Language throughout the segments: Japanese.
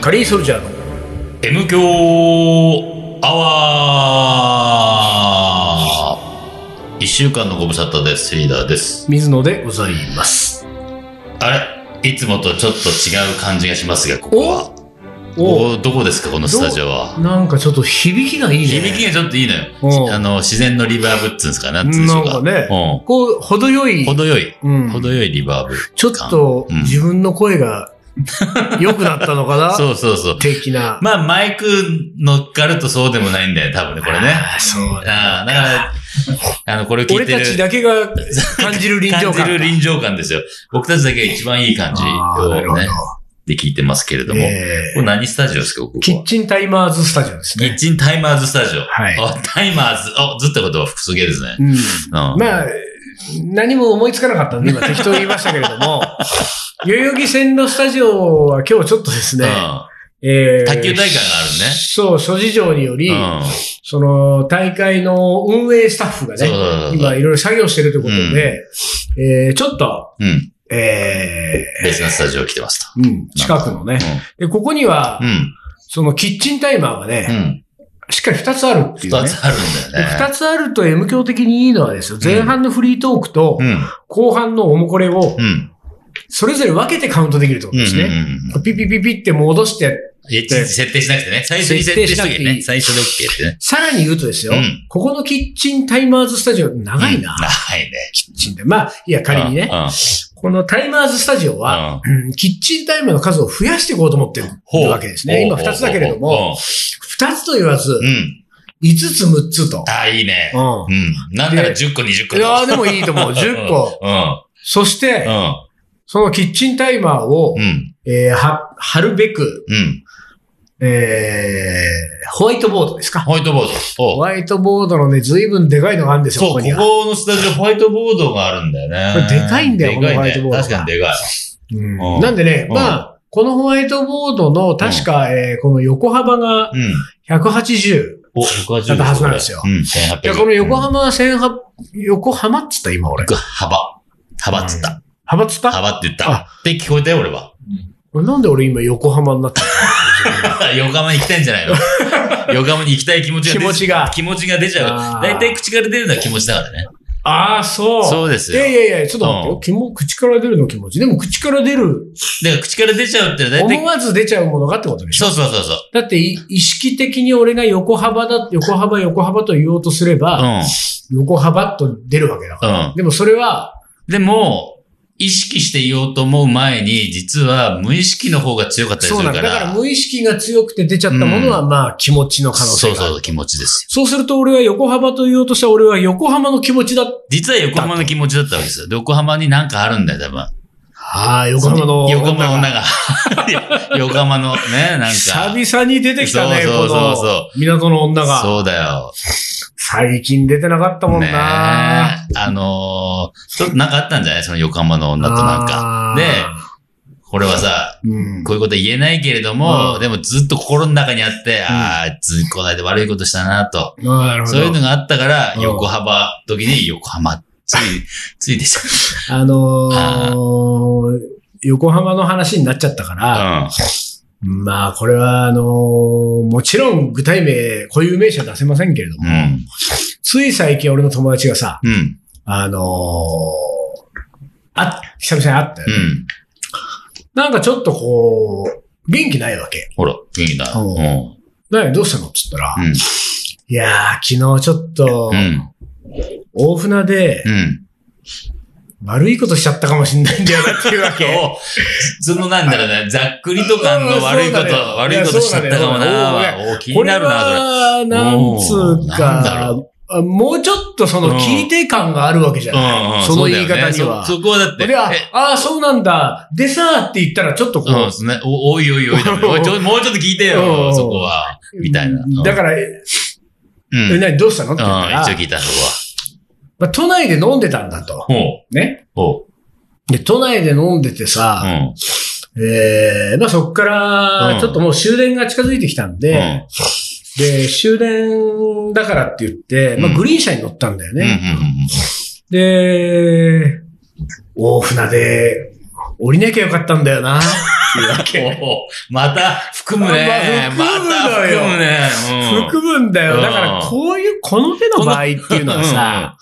カリーソルジャーの M 強アワー一週間のご無沙汰です。リーダーです。水野でございますあれいつもとちょっと違う感じがしますが、ここは。おここどこですかこのスタジオは。なんかちょっと響きがいいね響きがちょっといいのおうよ。あの、自然のリバーブっつうんですかなんつうんでしなんょうか。かねうこう程よいん。程よい。うん程よいリバーブ。ちょっとうん自分の声 が良くなったのかなそうそうそう。的な、まあ、マイク乗っかるとそうでもないんだよね、多分ね、これね。あーそうだああ、だから、あの、これを聞い俺てる。たちだけが感じる臨場感じ感る臨場感ですよ。僕たちだけが一番いい感じあーなるをほどね、で聞いてますけれども。えこれ何スタジオですか、ここーキッは。チンタイマーズスタジオですキッね、チンタイマーズスタジオ。はいおタイマーズ。お、ずってことは複数形ですね。うん、うん。まあ、何も思いつかなかったんで、今適当に言いましたけれど も、代々木線路スタジオは今日ちょっとですね、えー卓球大会があるねそう、諸事情により、うん。うん。その大会の運営スタッフがそうね、そうそうそ今う。いろいろ作業してるということで、えーちょっと、うん。え別のスタジオ来てます と。ーうん、近くのね。で、ここには、うん。そのキッチンタイマーがうん。うね、ん。しっかり2つあるってい二うね。つあるんだでよね。二つあると M 教的にいいのはですよ。前半のフリートークとうん。後半のオモコレをうん。それぞれ分けてカウントできるってことうん。うでんすね。うん。ピピピピって戻して、いや設定しなくてね。最初に設定しとけ設定しなくていね。い最初で OK ってね。さらに言うとですよ、うんここのキッチンタイマーズスタジオ、長いな、うん長いね。キッチンで。まあ、いや、仮にね、うん。うんこのタイマーズスタジオは、うんうんキッチンタイマーの数を増やしていこうと思ってるほうわけですね。今ほう2つだけれどほうほも、2つと言わずう、うん。 5つ6つと。ああ、いいね。ううん。なんならで10個、20個ん。いやーでもいいと思う。う10ん個。そしうて、ん。そのキッチンタイマーをうん。う、ん。えーは、貼るべく、うん。えーホワイトボードですかホワイトボード。ホおうワイトボードのね、ずいぶんでかいのがあるんですよ、そここう、にこは。このスタジオホワイトボードがあるんだよね。これでかいんだよでかこのホいねワイトボードが確かにでかい。うんうんなんでね、うんまあ、このホワイトボードの、確か、えーこの横幅がうん。 180。お、180だったはずなんですようん、1800。いや、この横幅は1800、横浜っつった今うん。俺。幅。幅っつった。幅っつった幅って言っあた。って聞こえたよ、俺は。 なんで俺今横浜になった横浜に行きたいんじ ゃないの横浜に行きたい気持ちが出気持ちが気持ちが出ちゃあーう。だいたい口から出るのは気持ちだからね。ああ、そう。そうですよいやいやいや、ちょっと待ってよ。うん気も口から出るの気持ち。でも口から出る、だから口から出ちゃうって大思体、わず出ちゃうものがってことでしょそうそうそうそう。だってい、意識的に俺が横幅だ、横幅、横幅と言おうとすれば、う横幅と出るわけだから。ん。うん。でもそれは、でも、意識して言おうと思う前に、実は無意識の方が強かったりそすうるなかんだ。ら。だから無意識が強くて出ちゃったものは、まあ気持ちの可能性がそあうる。そうそう、気持ちですよ。そうすると俺は横浜と言おうとした俺は横浜の気持ちだ。実は横浜の気持ちだったわけですよ。で横浜になんかあるんだよ、多分。ああ、横浜の。横浜の女が。いや 横浜のね、なんか。久々に出てきたね、そうそうそうそうこの港の女が。そうだよ。最近出てなかったもんねえ。な。あのー、ちょっとなんかあったんじゃないその横浜の女となんか。かでこれはさ、うん。こういうこと言えないけれども、うんでもずっと心の中にあって、ああ、ついこないで悪いことしたなと。ああなるほそういうどの。があったから、うん横幅、時に横浜、つ い、ついでしあのー、横浜の話になっちゃったから、た。うん。まあこれはあのー、もちろん具体名、固有名詞は出せませんけれどもう、ん。つい最近俺の友達がさ、うん。あのー、あ、久々に会ったよ、うん。なんかちょっとこう、元気ないわけ。ほら、いいな。ううんん。何どうしたのっつったら、うんいやー、昨日ちょっとう、ん。大船でうん。悪いことしちゃったかもしんないんだよなっていうわけ。おそのなんだろうね、ざっくりと感の悪いこうんそうと、だね悪いことしちゃったかもいやそうだなね。 お気になるな、そこれ。れは、なんつうおーなんだか、あもうちょっとその聞いて感があるわけじゃない、うんうん。そのうだ言いよ方にねは。そそこはだって、で、あえ、あー、そうなんだ。でさーって言ったらちょっとこそうでう、すね。お、おいおいおいだもんおいちょもうちょっと聞いてうよ、んそこは。みたいな。だから、うん。うえん。何どうしたのって一言応ったら、聞いた、そまあ、都内で飲んでたんだと。こは。ほう。ね。ほう。で、都内で飲んでてうさ、ん。えー、まあそっかうら、んちょっともう終電が近づいてきたんで、うんで、終電だからって言って、まあうんグリーン車に乗ったんだようんうんね。で、大船で降りなきゃよかったんだよな。おーまた含むね。ままあ含むたのよ含むね。 うん含むんだうよ。んだから、こういう、この手の場合っていうのはさ、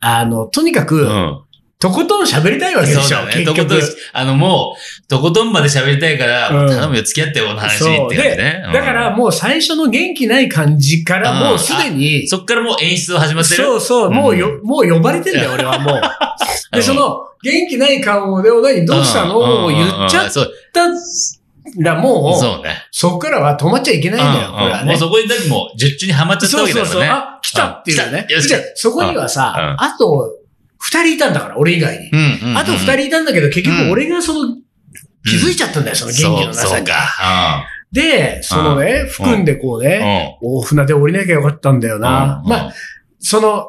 あの、とにかく、うんとことん喋りたいわけでそうしょだ、ね。結とことん局。、あのもう、とことんまで喋りたいから、うん頼むよ、付き合ってよ、この話ってそ感うじでね。うんだから、もう最初の元気ない感じかうんら、もうすでに、そっからもう演出を始まってる。そうそう、もうよ、もう呼ばれてんだよ、俺はもう。 で、その、元気ない顔で、おなにどうしたのを言っちゃっそうたら、もう、そうね。そっからは止まっちゃいけないんだよ、これはもねう。そこにだってもう、十中にはまっちゃったそわうけそだうかそう。らね。あ、来たっていうねうん。よしじゃあそこにはさ、あと、二人いたんだから、俺以外に。うんうんうんあと二人いたんだけど、結うん局俺がその、気づいちゃったんだよ、その元気のなそうさそうに。か。で、そのね、含んでこううん。ね、大船で降りなきゃよかったんだよな。うんまあ、その、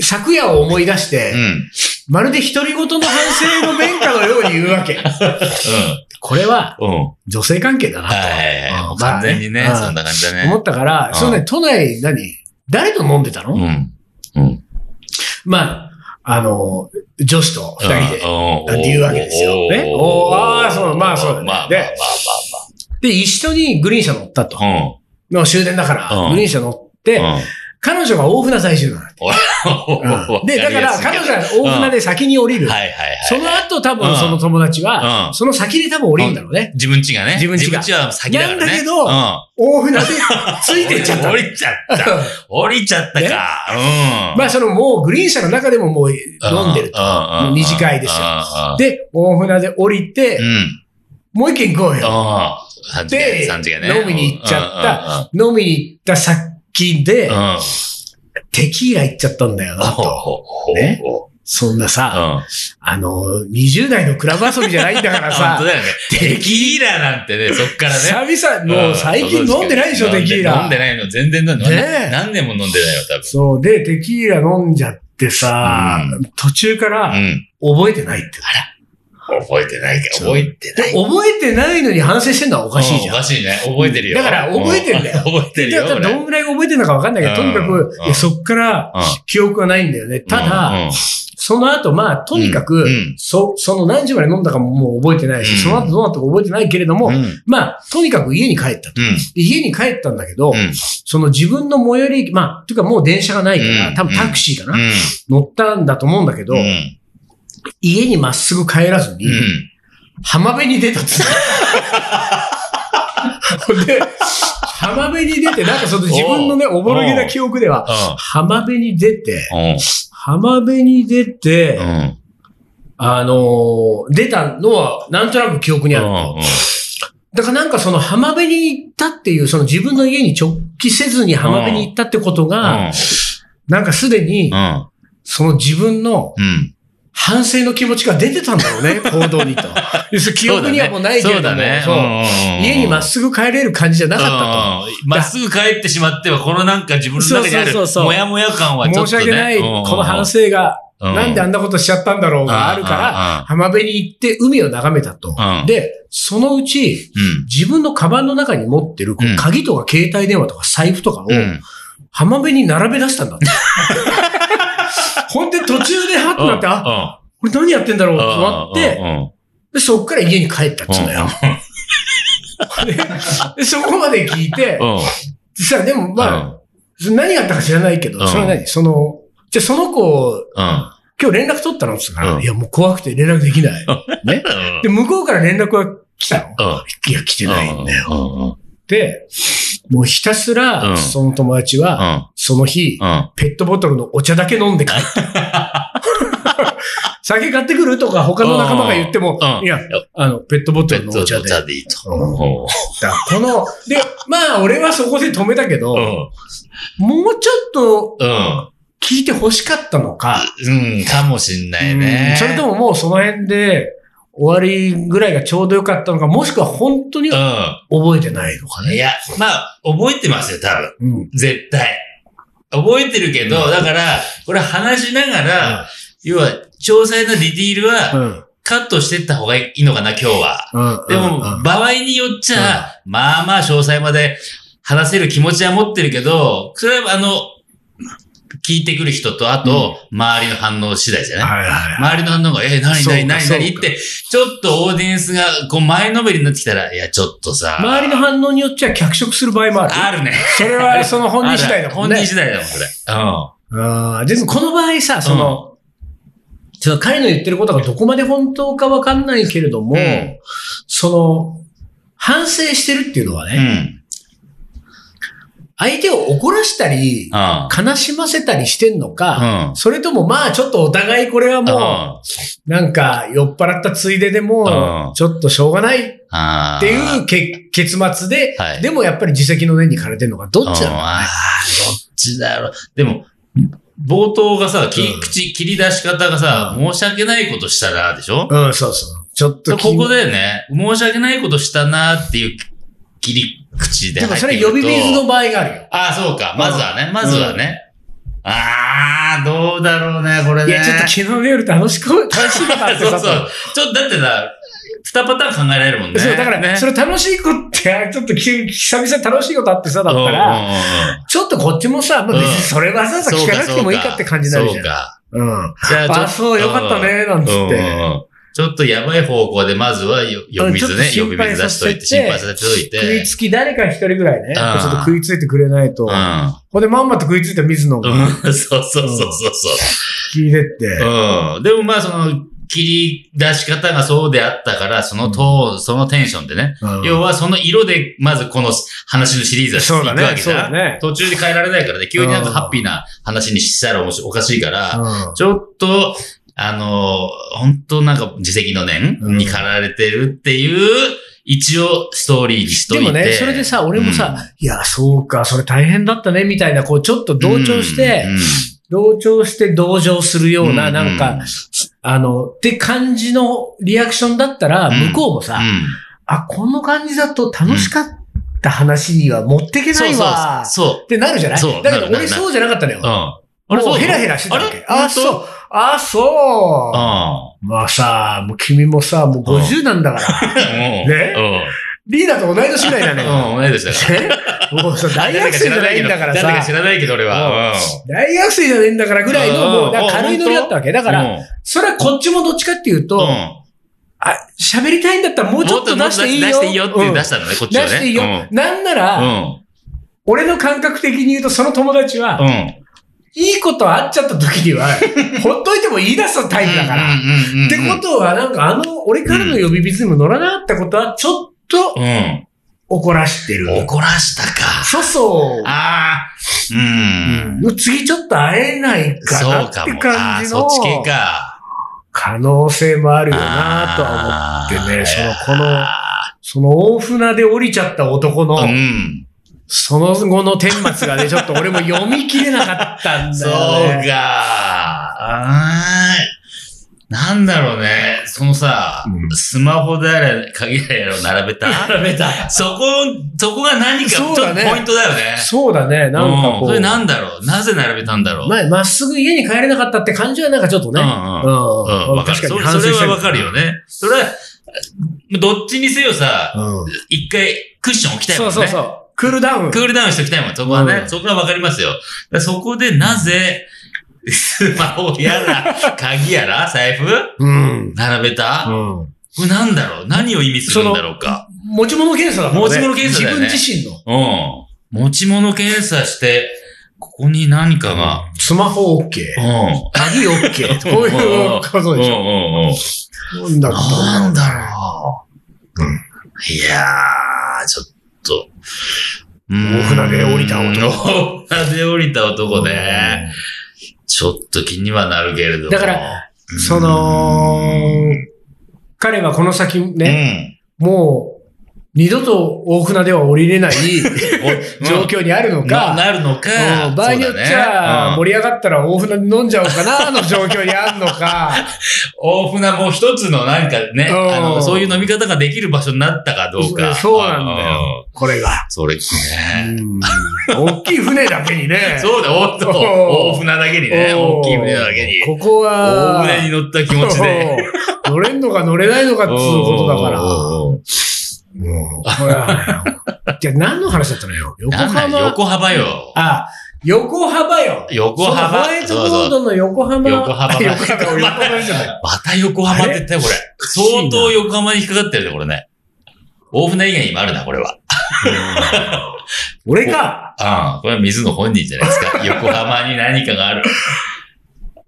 昨夜を思い出してうん。う、ん。うんまるで独り言の反省の弁下のように言うわ け。これはうん。女性関係だなはいはいはい。もう完全にね、まあねそんな感じだと思ね。ったから、うんそのね、都内何誰と飲んでたの、うん。うん。まあ、あの、女子と二人で。人なんて言うわけですよねおーあーそうまあそうだねまあまあでまあで、一緒にグリーン車乗ったと。まあ。うん。の終電だから、うんグリーン車乗って、彼女が大船在住なの。うん。で、だから彼女はが大船で先に降りる。はいはいはい。その後多うん分その友達うんは、その先で多分降りるんだろうね。自分家がね。自分家が自分家は先だからね。なんだけどうん。大船でついてっちゃったの降。りちゃった。降りちゃったか。うん。まあそのもうグリーン車の中でももう飲んでると。と二次会ですよよ。で、大船で降りてう、ん。もう一軒行こうよ。うん。で3時がね。飲みに行っちゃ飲みに行った先でうん。う、ん。うんテキーラ行っちゃったんだよな、と。ねうん。そんなさ、本あの、20代のクラブ遊びじゃないんだからさ当、だよね。テキーラなんてね、そっからね。久々、もう最近飲んでないでしょ、テキーラ。飲んでないの、全然飲んでねない。え何年も飲んでないよ、多分。そう。で、テキーラ飲んじゃってさ、う途中からうん。覚えてないって。覚えてないけど、覚えてない。で覚えてないのに反省してんのはおおかしいじゃん。おかしいね。覚えてるよ。だから覚えてんだようん覚えてるでよ。多分ど俺んぐらい覚えてるのかわかんないけど、とにかうんく、いやそっからうん記憶はないんだよね。ただ、うんうんその後、まあ、とにかく、うんうんそ、その何時まで飲んだかももう覚えてないし、うんその後どうなったか覚えてないけれども、うんまあ、とにかく家に帰ったと。うん。家に帰ったんだけど、うんその自分の最寄り駅、まあ、というかもう電車がないから、うん多分タクシーかな、うん乗ったんだと思うんだけど、うん家にまっすぐ帰らずに、うん浜辺に出たっつって。 ほんで、浜辺に出て、なんかその自分のね、おぼろげな記憶では、浜辺に出て、浜辺に出て、うんうんあのー出たのは、なんとなく記憶にあると。だからなんかその浜辺に行ったっていう、その自分の家に直帰せずに浜辺に行ったってことが、なんかすでにう、んその自分のうん反省の気持ちが出てたんだろうね、行動に と。記憶にはもうないけれども、そうだね。そう家にまっすぐ帰れる感じじゃなかっと。まっすぐ帰ってしまっては、このなんか自分の中にあそうそうる、そうそうもやもや感はたちと。ょっ申としね。訳ない、この反省が、省なんであんんなことしちゃったんだろうがあるから、ら、浜辺に行って海を眺めたと。うんで、そのうち、うん自分のカバンの中に持ってるこううん鍵とか携帯電話とか財布とかをうん浜辺に並べ出したんだ って。ほんで途中でハッとなって、あ、う俺何やってんだろうんってなっうて、んうんで、そっから家に帰ったっつうんだよ。ででそこまで聞いて、うんさ、でもまあ、何があったか知らないけうど、んそれは何その、じゃあその子、うん今日連絡取ったのっつうから、うんいやもう怖くて連絡できない。ね。で、向こうから連絡は来たのうんいや、来てないんだよ。うんうんで、もうひたすら、うんその友達は、その日、うんペットボトルのお茶だけ飲んで帰った。 酒買ってくるとか他の仲間が言ってもうん、いや、あの、ペットボトペルッのトおお茶で。茶でいいと。うんだこの、で、まあ、俺はそこで止めたけど、うんもうちょっとうん聞いて欲しかったのか、うん、かもしんないね。うんそれとももうその辺で終わりぐらいがちょうどよかったのか、もしくは本当にう覚えてないのかん。いね。や、まあ、覚えてますよ、多分。うん。絶対。覚えてるけど、だから、これ話しながら、要は、詳細なディティールうは、ん。カットしてった方がいいのかな、今日は。うん。でも、うん場合によっちゃ、まあまあ詳細まで話せる気持ちは持ってるけど、それは、あの、聞いてくる人と、あと、周りの反応次第じゃない、はいはい。周りの反応が、え、何そうか何何そうか何って、ちょっとオーディエンスが、こう、前のめりになってきたら、いや、ちょっとさ、周りの反応によっちゃ脚色する場合もある。あるね。それはその本人次第だもん本人ね。次第だもん、これ。うん。ああ、でもこの場合さ、その、その彼の言ってることがどこまで本当かわかんないけれども、うんその、反省してるっていうのはね、うん。相手を怒らしたり、うん。悲しませたりしてんのか、うん。それともまあちょっとお互いこれはもっう、なんか酔っ払ったついででもうんう、ちょっとしょうがないっていうんうけ結末で、はいでもやっぱり自責の念に枯れてるのがどっちなのあーどっちだろう。でも、冒頭がさ、切うんり口、切り出し方がさ、申し訳ないことしたな、でしょうん、そうそう。ちょっとここで。だよね。申し訳ないことしたな、っていう切り口でだか入らってそくれる予と。備水の場合があるよ。ああ、そうか。まずはね、まずはね。ああ、どうだろうね、これいね。や、ちょっと昨日の夜楽しく、楽しいことあってそさうそう。ちょっとだってさ、二パターン考えられるもんね。そう、だから、ね。それ楽しいことって、ちょっとき久々楽しいことあってさ、だったうら、んうんうんちょっとこっちもさ、まあ、別にそれわざわざ聞かなくてもいいかって感じになるじゃん。そうか。うん。じゃあ、そう、よかった。ね、なんつっうんうんて。うんち ょっとやばい方向で、まずはよ呼び水ね。ちょ呼っと心び配水出しといて、心配させておいて。食いつき誰か一人ぐらいね、ちょっと食いついてくれないとう。ほんで、まんまと食いついた水野がん。うん。 そうそうそうそうそ聞いてって。う。うん。でもまあ、その、切り出し方がそうであったから、そのトーン、そのテンションでね。うん要は、その色で、まずこの話のシリーズはしていそうくだわねけじそうゃだん。ね途中で変えられないからね、急になんかうんハッピーな話にしたら面白いおかしいから、うんちょっと、あのー、本当なんか自責の念うんに駆られてるっていう、一応ストーリーにしといでて。もね、それでさ、俺もさ、いや、そうか、それ大変だったね、みたいな、こう、ちょっと同調して、うんうん同調して同情するような、うんなんか、あの、って感じのリアクションだったら、うん向こうもさ、うんあ、この感じだと楽しかった話には持ってけなそういわ、そうってなるじゃないそうだけどなるな俺るそうじゃなかったのよ。そう。うん。あもうヘラヘラ。ラしてたわけ。あれあそう。あ、そう。うまあさ、もう君もさ、もう50なんだから。ん。ねリーダーと同い年ぐらいなのよ。うん。うん、同い年だから。ねもうさ、大学生じゃないんだから誰かさ知。らないけど、誰か知らないけど俺は。大学生じゃないんだからぐらいの、もう、うんだから軽いノリだったわけ。だだから、うん。それはこっちもどっちかっていうと、あ、喋りたいんだったらもうちょっと出していいよ。出していいよって出ししたのね、こっち出はね。していいよ。うんなんなら、俺の感覚的に言うと、その友達は、うん。うん。いいことあっちゃった時に は、ほっといても言い出すタイプだから。うんうんうんうんってことは、なんかあの、俺からの呼び水にも乗らなかったことは、ちょっとうん。怒らしてる。怒らしたか。そうそう。ああ、うん。うん次ちょっと会えないかそうなっかても。あ感あ、じそのっち系か。可能性もあるよなとはあ思ってね、その、この、あその大船で降りちゃった男の、ーうん。その後の天末がね、ちょっと俺も読み切れなかったん そうだよ、ね。か。あーなんだろうね。そのさう、スマホだら、鍵だやらを並べた。並べた。そこ、そこが何か、ちょそっうとだねポイントだよね。そうだね、なんかうこそれう。まなんだろうなぜ並べたんだろうあまっすぐ家に帰れなかったって感じはなんかちょっとね。ううんん。うん、わかる。確かそにれ反省それしてはわかるよね。それは、どっちにせよさ、うん。一回クッション置きたいもんそうね。そうそう。クールダウン。クールダウンしておきたいもん、そこはね。うんそこはわかりますよ。だからそこでなぜ、 スマホやら、鍵やら、財布うん。並べた、うん。これなんだろう何を意味するんだろうか。持ち物検査だもんね。持ち物検査だよね自分自身の。うん。持ち物検査して、ここに何かが、スマホ OK。 うん。鍵 OK。こういうことでしょ。うんうんうなんん。だろなんだろう。うんいやー、ちょっと。大船で降りた男。大船で降りた男ね。ちょっと気にはなるけれども。だから、その、彼はこの先うん、ね、もう、二度と大船では降りれない お状況にあるのうんなか、なるのうか。ん場合によっちゃ、そうだねうん盛り上がったら大船で飲んじゃおうかな、の状況にあるのか、 大船も一つのなんかね、うんあの、そういう飲み方ができる場所になったかどうか。そうそうなんだよ。これが。うん。それね。大きい船だけにね。そうだ、おっとお大船だけにね。おー大きい船だけに。ここは、大船に乗った気持ちで。そう乗れんのか乗れないのかっていうことだから。おーおーおーもうこれはじゃあ何の話だったのよ横なんだ浜。横幅よ。あ、横幅よ。横そ幅のホワイトボードの横幅。そうそう横幅横幅。横幅じゃない。また横浜って言ったよ、これ。おかしい相な当横浜に引っかかってるね、これね。大船以外にもあるな、これは。俺か。ああ、これは水野本人じゃないです か。横浜に何かがある。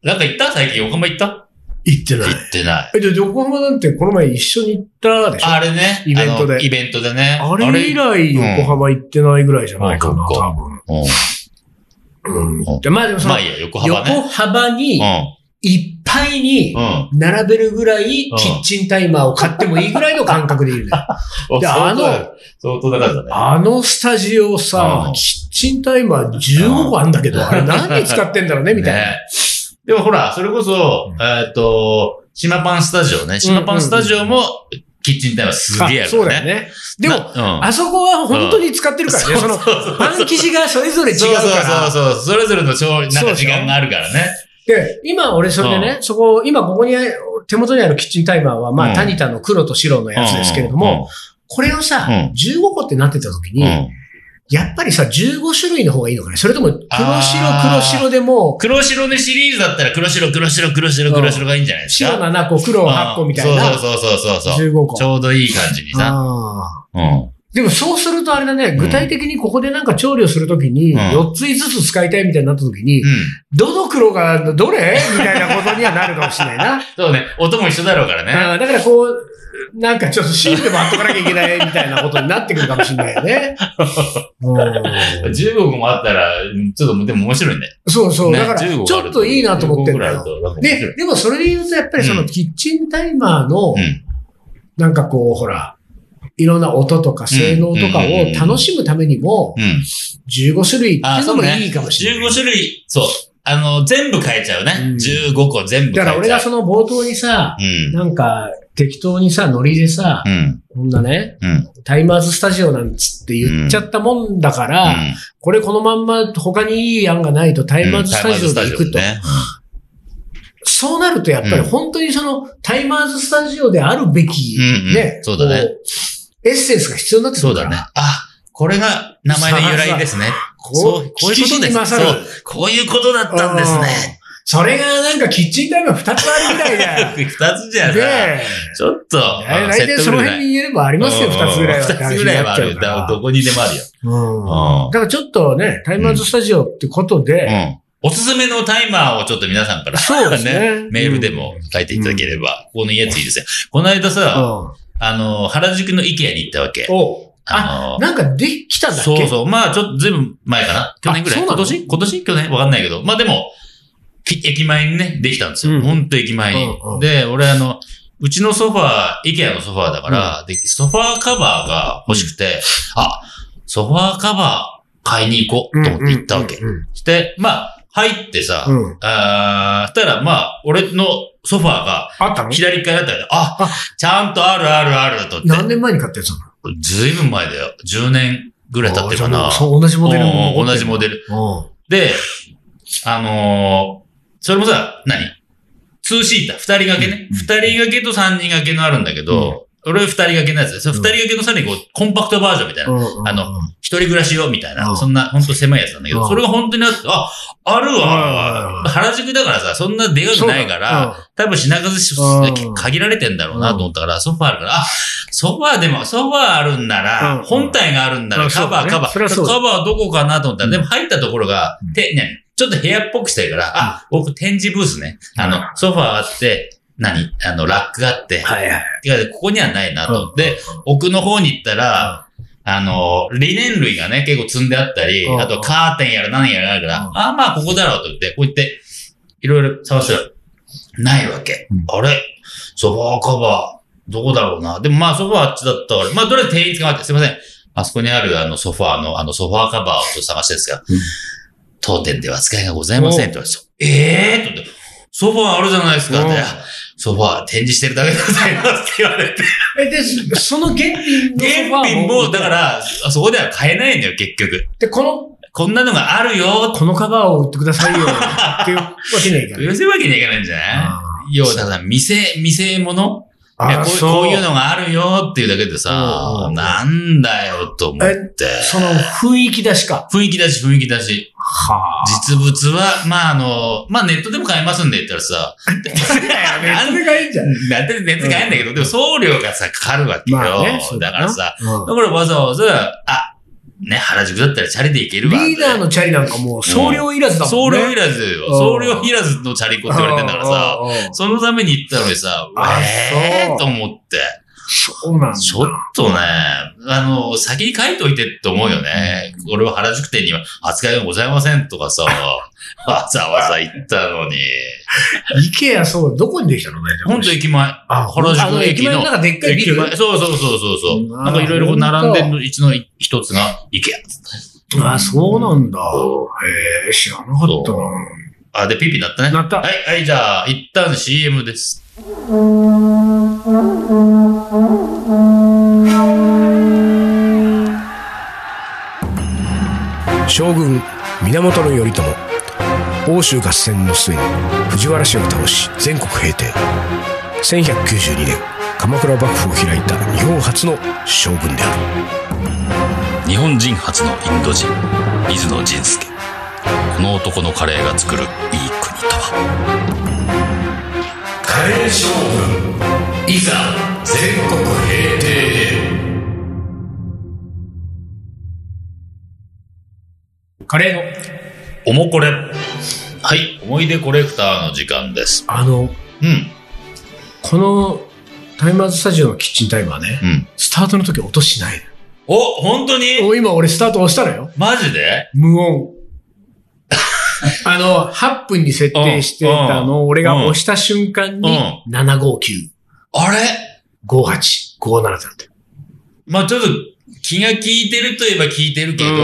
なんか行った最近横浜行った行ってな行い。ってない。え、じゃあ横浜なんてこの前一緒に行ったでしょあれね。イベントであのイベントでね。あれ以来あれ横浜行ってないぐらいじゃないかな、うん多分。うんうん。でまあでもそまのあ、いいや、横横幅ね。幅にいっぱいにうん。うん。並べるぐらいうんキッチンタイマーを買ってもいいぐらいの感覚でいるね。 であの相当だからね。あのスタジオうさん、キッチンタイマー15個あんだけど、あれ何に使ってんだろう ね、みたいな。ね。でもほら、それこそ、うんえっと、島パンスタジオね。島パンスタジオも、キッチンタイムすげえああるそうからね。だよね。でも、な、あそこは本当に使ってうるん。からね。そそうそのう、そうパン生地がそれぞれ違うそうかそうら。そうそう。それぞれのちょうなんそうかでし時ょ間があるからね。で、今俺それでね、そこ、今ここにあ、手元にあるキッチンタイマーは、まうんあ、タニタの黒と白のやつですけれども、これをさ、うん15個ってなってた時うん、に、やっぱりさ、15種類の方がいいのかねそれとも、黒白、あー黒白でも、黒白のシリーズだったら黒白、黒白、黒白、黒白がいいんじゃないですか。白7個、黒8個みたいうんな、そうそうそうそうそう。 15個ち。ょうどいい感じにさ。あーうん。うん。でもそうするとあれだね、ん具体的にここでなんか調理をするときに、うん4つ5つ使いたいみたいになったときに、どの黒がどれみたいなことにはなるかもしれないな。そうね。音も一緒だろうからね。あーだからこう、なんかちょっと芯でもあっとかなきゃいけないみたいなことになってくるかもしれないよ ね。うん15個もあったら、うんちょっと、でも面白いね。そうそう。ねだから、 15個あるちょっといいなと思ってんだよ。 15個ぐらいあるとなんか面白いで、でもそれで言うと、やっぱりそうのんキッチンタイマーのう、ん。なんかこう、ほら、いろんな音とか性能とかうんを楽しむためにも、うん。 15種類ってあいうそのうもねいいかもしれない。 15種類、そう。あの、全部変えちゃうね。うん15個全だ部変えちゃう。から俺がその冒頭にさ、うん。なんか適当にさ、ノリでさ、うん。こんなね、うん。うん。タイマーズスタジオなんつって言っちゃったもんだから、これこのまんま他にいい案がないとタイマーズスタジオで行くと。タイマーズスタジオねそうなるとやっぱり本当にそのタイマーズスタジオであるべき、うんうんね、そうだねこうエッセンスが必要になってくそうるから。だね。あ、これが名前の由来ですね。こう、こういうことです。そ勝るう。こういうことだったんですね。それがなんかキッチンタイマー2つあるみたい だよ。二つじゃさ、で、ちょっと、うん大体その辺に言えればありますよ、2つぐらいは。 2つぐらいはある。だからどこにでもあるよ。うん。だからちょっとね、タイマーズスタジオってことで、おすすめのタイマーをちょっと皆さんから、そう ですねメールでも書いていただければ、ここのやついいですよ。この間うん。さ、あの、原宿の IKEA に行ったわけ。おあ、あのなんかできたんだっけそうそう。まあ、ちょっとずいぶん前かな。去年ぐらい。あそう今なの年今年去年わかんないけど。まあでも、き駅前にね、できたんですうよ。んほんと駅前に。うんうんで、俺あの、うちのソファー、IKEA のソファーだから、で、ソファーカバーが欲しくて、あ、ソファーカバー買いに行こうと思って行ったわけ。うんうんして、まあ、入ってさ、うんうん。あー、したらまあ、俺のソファーがあったの左側だったから、ああ、ちゃんとあるあるあると思って。何年前に買ったやつなのずいぶん前だよ。10年ぐらい経ってるかな。あじゃあもうそう、同じモデルのうんうん同じモデル。うん。で、あのーそれもさ、何 ?2 シーター、2人掛けね。うん2人掛けと3人掛けのあるんだけど、俺は2人掛けのやつで、その2人掛けのさらにこう、コンパクトバージョンみたいな。あのうん、一人暮らし用みたいな、うんそんな、ほんと狭いやつなんだけど、うんそれが本当にあって、あ、あるうわん。原宿だからさ、そんなでかくないから、多分品数しうん限られてんだろうなと思ったから、ソファーあるから、あ、ソファーでも、ソファーあるんなうら、ん本体があるんなうら、んカバー、そうだねカバそれー。はそうだカバーはどこかなと思ったら、でも入ったところがうん、て、ね、ちょっと部屋っぽくしてるから、あ、僕展示ブースね。あうんの、ソファーあって、何あの、ラックがあって、はいはい。てかここにはないなと思って、うん、奥の方に行ったら、あの、リネン類がね、結構積んであったり、うんあとカーテンやら何やらあるから、うんあ、まあここだろうと言って、こう言って、いろいろ探したら、ないわけ。うんあれソファーカバー、どこだろうな。でもまあソファーあっちだったから、まあどれ店員捕まって、すいません。あそこにあるあのソファーの、あのソファーカバーをちょっと探してですうが、ん当店では使いがございませんって言われて、ええー、と思って、ソファーあるじゃないですかって、うんいやソファー展示してるだけでございますって言われて え、で、その原品のソファー原品も、だか、ら、あそこでは買えないんだよ、結局。で、この、こんなのがあるよ、このカバーを売ってくださいよ、っていうわけにはいかない。寄せるわけにはいかないんじゃあない要は、だから、店、店物いやあこうそうこういうのがあるよっていうだけうでんうんさう、んなんだよと思って。その雰囲気出しか。雰囲気だし、雰囲気だし。はあ。実物は、まあ、あの、まあ、ネットでも買えますんで言ったらさ、 あれがいいじゃん。だってネットで買えんだけど、でも送料がさ、かかるわけよ。まあねそうだなだからさ、うんだからわざわざ、あ、ね、原宿だったらチャリで行けるわ。リーダーのチャリなんかもう、送料いらずだも送んね。料いらずよ。うん送料いらずのチャリコって言われてんだからさ、うん。うんうんそのために行ったのにさ、あえそえうと思って。そうなんだ。ちょっとね、あの、先に書いといてって思うよね。俺は原宿店には扱いがございませんと かさ、わざわざ行ったのに。イケア、そう、どこにできたのね。ほんと駅前。あ、原宿あの駅駅の前の中でっかいビ駅ル。前。そうそうそうそうそう。うわなんかいろいろ並んでるうちの一つが、イケあ、そうなんだ。そへえ、知らなかったそな。ア。あ、で、ピーピーなったね。なったはい、はい、じゃあ、一旦 CM です。将軍源頼朝欧州合戦の末に藤原氏を倒し全国平定1192年鎌倉幕府を開いた日本初の将軍である日本人初のインド人水野仁介この男のカレーが作るいい国とはカレー将軍いざ全国平定カレーの。おもこれ。はい、思い出コレクターの時間です。あの、うん、この、タイマーズスタジオのキッチンタイマーね、うん。スタートの時音しない。お、本当にお今俺スタート押したのよ。マジで無音。 あの、8分に設定してたのを俺が押した瞬間に、759、あれ58、57だって。まあちょっと気が利いてるといえば利いてるけど、うん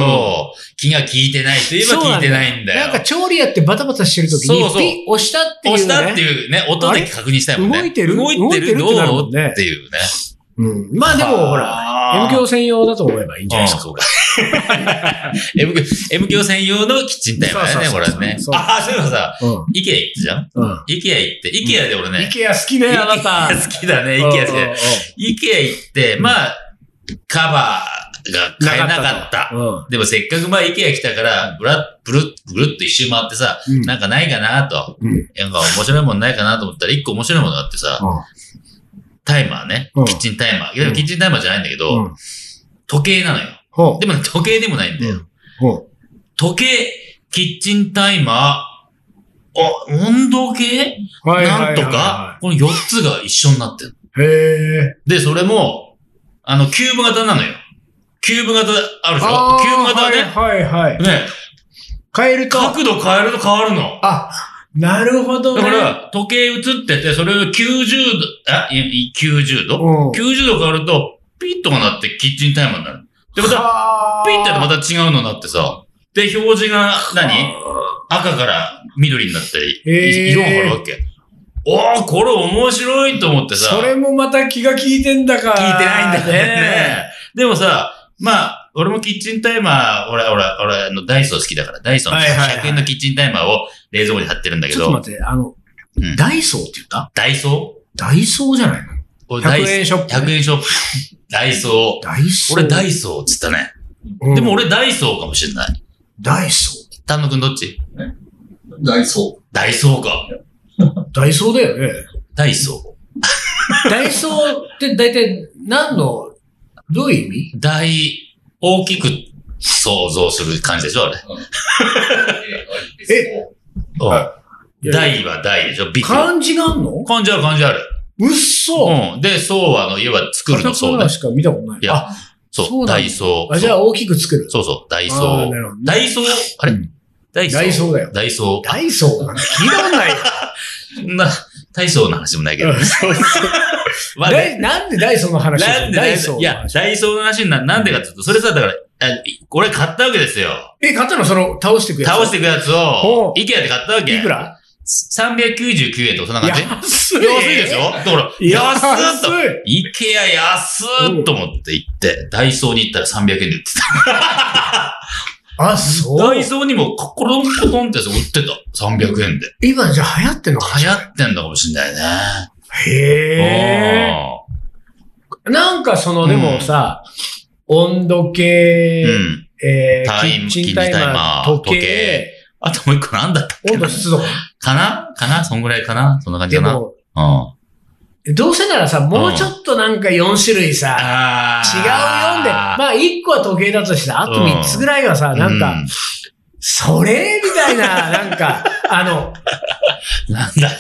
気が利いてないといえそうばな利いんだてないんだよ。なんか調理やってバタバタしてる時に、そうそうピッ押したっていう、ね。押したっていうね、音だけ確認したいもんね。あれ動いてる動いてる動いてるってなるどもうんねっていうね。うん。まあでもほら、M ら響専用だと思えばいいんじゃないですか。そうか。M 響、M 響専用のキッチンタイマーだね、こそうれそうそうねそ。うああ、そういえばさ、うん。イケア行ったじゃんうん。イケア行って、イケアで俺ね、イケア好きね、あなた。好きだ ね、イケア好きだね。イケア行って、まあ、カバーが買えなかったう。んうんうん。でもせっかくまあ、イケア来たから、ぶら、ぶる、ぶるっと一周回ってさ、うんなんかないかなと。うんなんか面白いもんないかなと思ったら、一個面白いものがあってさ、タイマーね。うんキッチンタイマー。いやでもうんキッチンタイマーじゃないんだけうど、ん。時計なのよ。ほでもね、時計でもないんだよ。う。ほ時計、キッチンタイマー、あ、温度計う。はなんとか、この4つが一緒になってる。い。へえ。で、それも、あの、キューブ型なのよ。キューブ型あるでしょあキューブ型はね、はいはいはい。ね、変えると。角度変えると変わるの。あ、なるほどだね。から、時計映ってて、それを90度、あ、いい90度、うん ?90 度変わると、ピッとかなってキッチンタイマーになる。ってことは、はあピッてやるとまた違うのになってさ、で、表示が何、赤から緑になったり、へーい色が変わるわけ。おー、これ面白いと思ってさ、それもまた気が利いてんだから。聞いてないんだね。でもさ、まあ、俺もキッチンタイマー、俺、俺、俺、あのダイソー好きだから、ダイソーのはいはいはい100円のキッチンタイマーを冷蔵庫に貼ってるんだけちょっど、と待って、あの、うんダイソーって言ったダイソーダイソーじゃないの俺ダイ ?100 円ショップ。 100円ショップ。 ダイソー。ダイソー。俺ダイソーっつったね。うんでも、俺ダイソーかもしれない。ダイソ丹野くんどっちダイソダイソーか。ー。ダイソーだよね。 ダイソダイソーって大体何の、どういう意味ー。大、大きく想像する感じでしょ、あれ。 ー。えうん。大は大でしょ、ビッグ。漢字があんの感じある感じある。うっそうん。で、そうは、あの、要は作るのそカタカうナだ。しか見たことない。いやあそうそなう、んだダイソー。あ、じゃあ大きく作る。そうそう、ダイソあーーなるほど。ねダイソーあれダイソー。ダイソーだよ。ダイソダイソーなんか聞いたこ とないよ。ー。な、ダイソーの話もないけど。 まあねダ イなんでダイソーの話をするなんでダイソー。いや、ダイソーの話にな、なんでかっていうと、それさ、だから、あ俺買ったわけですよ。え、買ったのその、倒してくやつ。倒していくやつをほ、うイケアで買ったわけ。いくら ?399 円とかそんな感じ安安いでしょだから、安っと。安いイケア安っと思って行って、ダイソーに行ったら300円で売ってた。あ、そダうイ。ソーにもコロンコロンってやつ売ってた。300円で。今じゃあ流行ってんの流行ってんのかもしんないね。へえ。なんかその、でもさ、温度う計、ん。うん。えター、イキムッチンタイマー、時時計計、あともう一個なんだったっけ温な度、湿度。かなかなそんぐらいかなそんな感じでかなうん。も、どうせならさ、もうちょっとなんか4種類さ、あ違う4で、まあ1個は時計だとして、あと3つぐらいはさ、なんか、それみたいな、なんか、あの、うんなんだよ。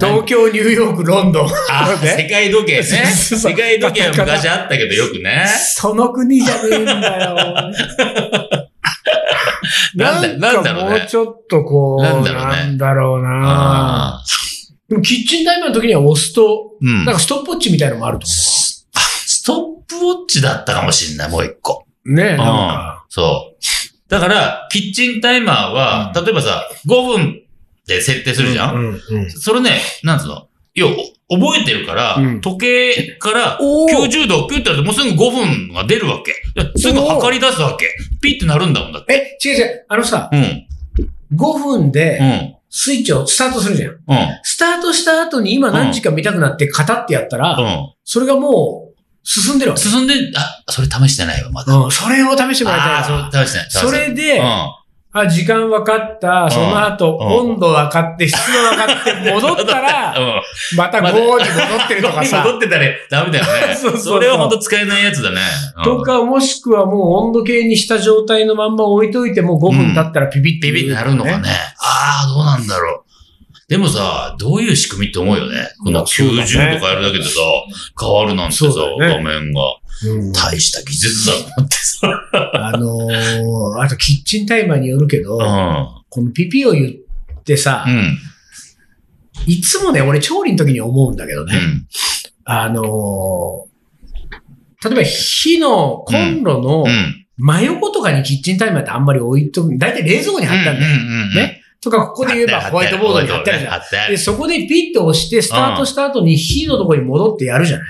東京、ニューヨーク、ロンドン。あ、世界時計ね。そうそう世界時計は昔あったけどよくね。その国じゃねえんだよ。 なんだなんだろうねかもうちょっとこう、なんだろうねなんだろうな。ああ。でもキッチンタイマーの時には押すと、うんなん。かストップウォッチみたいのもあるとストップウォッチだったかもしんない、もう一個。思う。ねえ、なんんか。そう。だから、キッチンタイマーは、例えばさ、5分で設定するじゃん、うんうんそれね、なんつうの要覚えてるから、うん時計からおー90度、ピュッてやるともうすぐ5分が出るわけ。すぐ測り出すわけ。ピッてなるんだもんだって。え、違う違う。あのさ、うん。 5分うでん。スイッチをスタートするじゃん。うん。スタートした後に今何時間見たくなってカタってやったら、うん。それがもう進んでるわけ。進んで、あ、それ試してないわ、まだ。うん、それを試してもらいたいあわあー、それ試してない。それで、うあ、時間分かった、その後、うん温度分かって、湿度分かっ て、戻ったら、ん。うん。また5まにた戻ってるとか戻さ、ってたらダメだよ ね。そうそうそうそれは本当使えないやつだね。うんとか、もしくはもう温度計にした状態のまんま置いといて、もう5分経ったらピピッてビビってなるのか。ね。ああ、どうなんだろう。でもさ、どういう仕組みって思うよね。このそうだね90度変えるだけでさ、変わるなんてさ、そうだよ画面が。うん大した技術だなってさ。あのーあとキッチンタイマーによるけど、うこのピピを言ってさ、ん。うん。いつもね、俺調理の時に思うんだけどうね、ん。あのー例えば火のコンロのうん。真横とかにキッチンタイマーってあんまり置いとく、だいたい冷蔵庫に貼ってあるんだよ。うん。ね。とか、ここで言えばホワイトボードに貼ってあるじゃん。貼ってあで、る。そこでピッと押して、スタートした後に火のところに戻ってやるじゃない。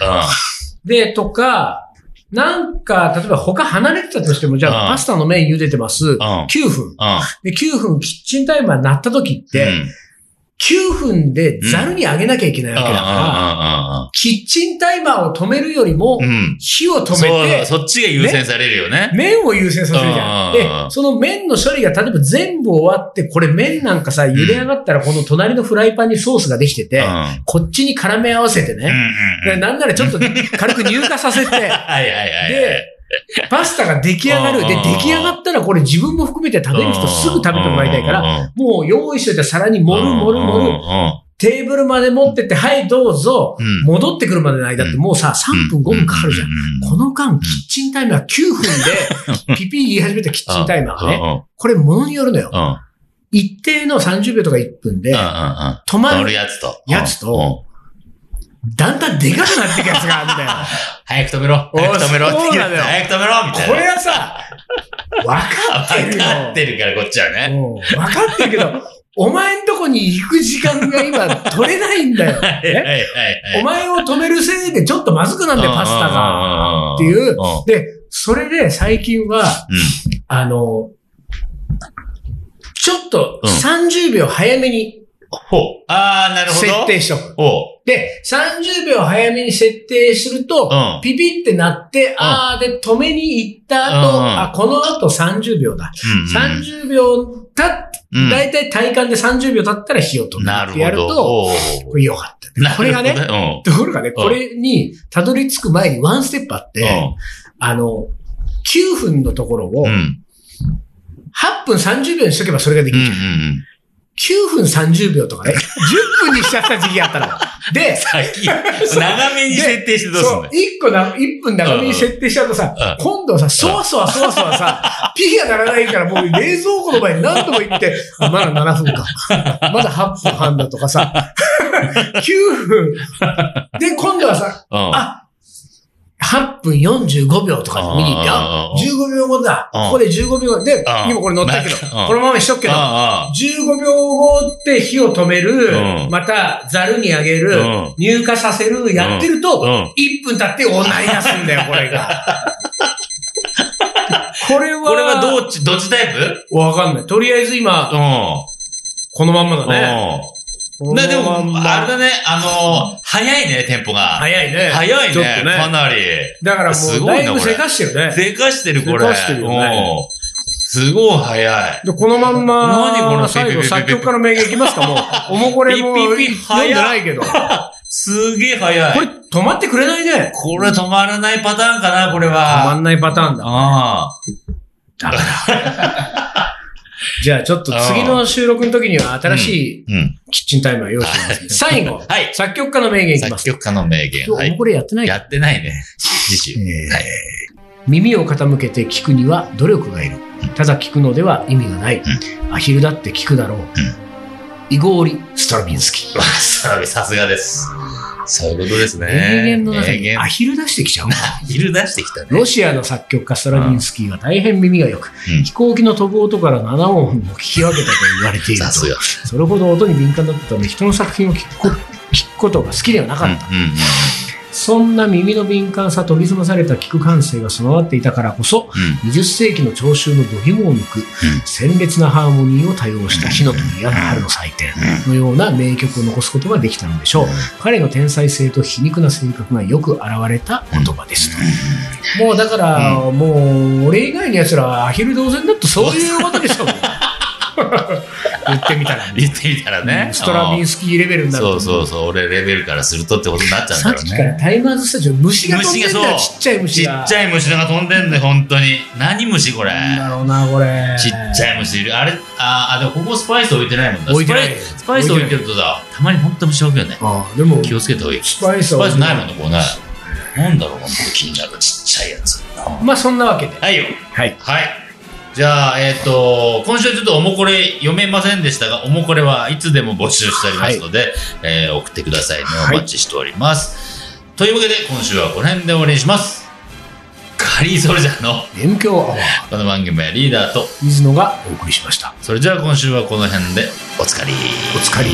で、とか、なんか、例えば他離れてたとしても、じゃあうんパスタの麺茹でてます。うん。うん。 9分。うん。で、9分キッチンタイマー鳴った時って、9分でザルにあげなきゃいけないうん。わけだから、うキッチンタイマーを止めるよりもん。うん。う、ん。うん。火を止そうめだて、そっちが優先されるよね。麺を優先させるじゃん。うんで、その麺の処理が例えば全部終わって、これ麺なんかさ、茹で上がったらこの隣のフライパンにソースができてて、うんこっちに絡め合わせてうん。うね、でん。、なんならちょっと軽く乳化させて はいはいはい。で、パスタが出来上がる。で、うん出来上がったらこれ自分も含めて食べる人すぐ食べてもらいたいから、ら、もう用意しといた皿に盛る盛る盛る。る。テーブルまで持ってって、はい、どうぞうん。戻ってくるまでの間ってもうさ、3分5分かかるじゃん。この間、キッチンタイマー9分で、ピピー言い始めたキッチンタイマーがね、ね。これものによるのよう。ん。うん。一定の30秒とか1分で、うん。止ま乗るる、やつと。やつとうん、だんだんでかくなってくやつがあるんだよ。早く止めろ。早く止めろ。おいそうなのよ早く止めろみたいな。これはさ、分かってる分よ。かってるから、こっちはね。うん分かってるけど、お前んとこに行く時間が今取れないんだよ。 はいはいはい。お前を止めるせいでちょっとまずくなってパスタが。がっていううん。で、それで最近は、あの、ちょっとうん30秒早めにほう。あー、なるほど。設定しとく。ほう。で、30秒早めに設定すると、うんピピってなって、あーで、止めに行った後、うんうんあ、この後30秒だ。うん30秒経っうんだいたい体感で30秒経ったら火を止うんなめるるってほど。やると、ほこれ良かったうね。これがなるね、ほところがね、これにたどり着く前にワンステップあっどねて、あの、9分のところをうん。うん。うん。 8分30秒にしとけばそれがでうきんる。うん。 9分30秒と かね、10分にしちゃった時期があったの。で、先、長めに設定してどうすんそだう1よ。、個な、一分長めに設定しちゃうとさ、今度はさ、そわそわそわそわさ、ピーがならないからもう冷蔵庫の前に何度も行って、あまだ7分か。まだ8分半だとかさ、9分。で、今度はさ、うんあ、8分45秒とかに見に行って、うんあ、15秒後だ。うんここで15秒後で、うん今これ乗ったけどうん、このままにしとくけど、あ15秒後って火を止める、うんまたざるにあげる、うん乳化させる、やってると、うん1分経っておなり出すん だよ、これが。これは、あこれはどっち、どっちタイプわかんない。とりあえず今、うこのまんまだん。ね。うん。ね、でも、このまんまあれだね、あのー、早いね、テンポが。早いね。早いちょっとね、かね。なり。だからもすう、ごだいないぶせかしてるね。せかしてる、これ。せかしてるよねうんすごい早い。で、このまんま、何この最後、ピピピピピ作曲家の名言いきますかも う、おもこれもピ読んピピでないけど。こすげえ早い。れ、止まってくれないね。これ止まらないパターンかな、これ止まは。んないパターンだ。ああ。じゃあ、ちょっと次の収録の時には新しいうん。キッチンタイムは用意してますね。最後、はい作曲家の名言いきま作す。曲家の名言。今は日、おもい。これやってないやってないね。次週。えーはい耳を傾けて聞くには努力がいる。ただ聞くのでは意味がない。アヒルだって聞くだろう。イゴーリ・ストラビンスキー。ささすがです。そういうことですね。名言の中名に言ア。ヒル出してきちゃう。昼出してきたね。ロシアの作曲家ストラビンスキーは大変耳が良く、うん飛行機の飛ぶ音から7音を聞き分けたと言われているさとすが。それほど音に敏感だったため人の作品を聞くこ聞くことが好きではなかった、うんうんそんな耳の敏感さ研ぎ澄まされた聞く感性が備わっていたからこそうん20世紀の聴衆の度肝を抜く、鮮烈なハーモニーを多用した火の鳥や春の祭典のような名曲を残すことができたのでしょう、彼の天才性と皮肉な性格がよく表れた言葉です、もうだから、もう俺以外の奴らはアヒル同然だとそういうことでしょう言ってみたら 言ってみたらね。ストラビンスキーレベルになるとそ思うそうそう。俺レベルからするとってことになっちゃうんさだっろうきからね。タイマーズスタジオ虫が飛んでんだ虫よがちそうっちゃい虫ちがっちゃい虫が飛んでんね、本当に。何虫これ。なんだろうなこれちっちゃい虫いる。あれ、ああ、でもここスパイス置いてないもんだ。置いてないスパイススパイス置いてるとさ、たまに本当虫置くよね。ああでも気をつけた方がいい。スパイススはパイスないもんね、こうね。なんだろう、本当気になる。ちっちゃいやつ。まあそんなわけではいよ。はいはい。じゃあ、えっ、と、今週はちょっとおもこれ読めませんでしたが、おもこれはいつでも募集しておりますので、えー送ってくださいね。はいお待ちしております。というわけで、今週はこの辺で終わりにします。カリーソルジャーの勉強アワーこの番組はリーダーと、水野がお送りしましたそれじゃあ今週はこの辺でおつかり。お疲れ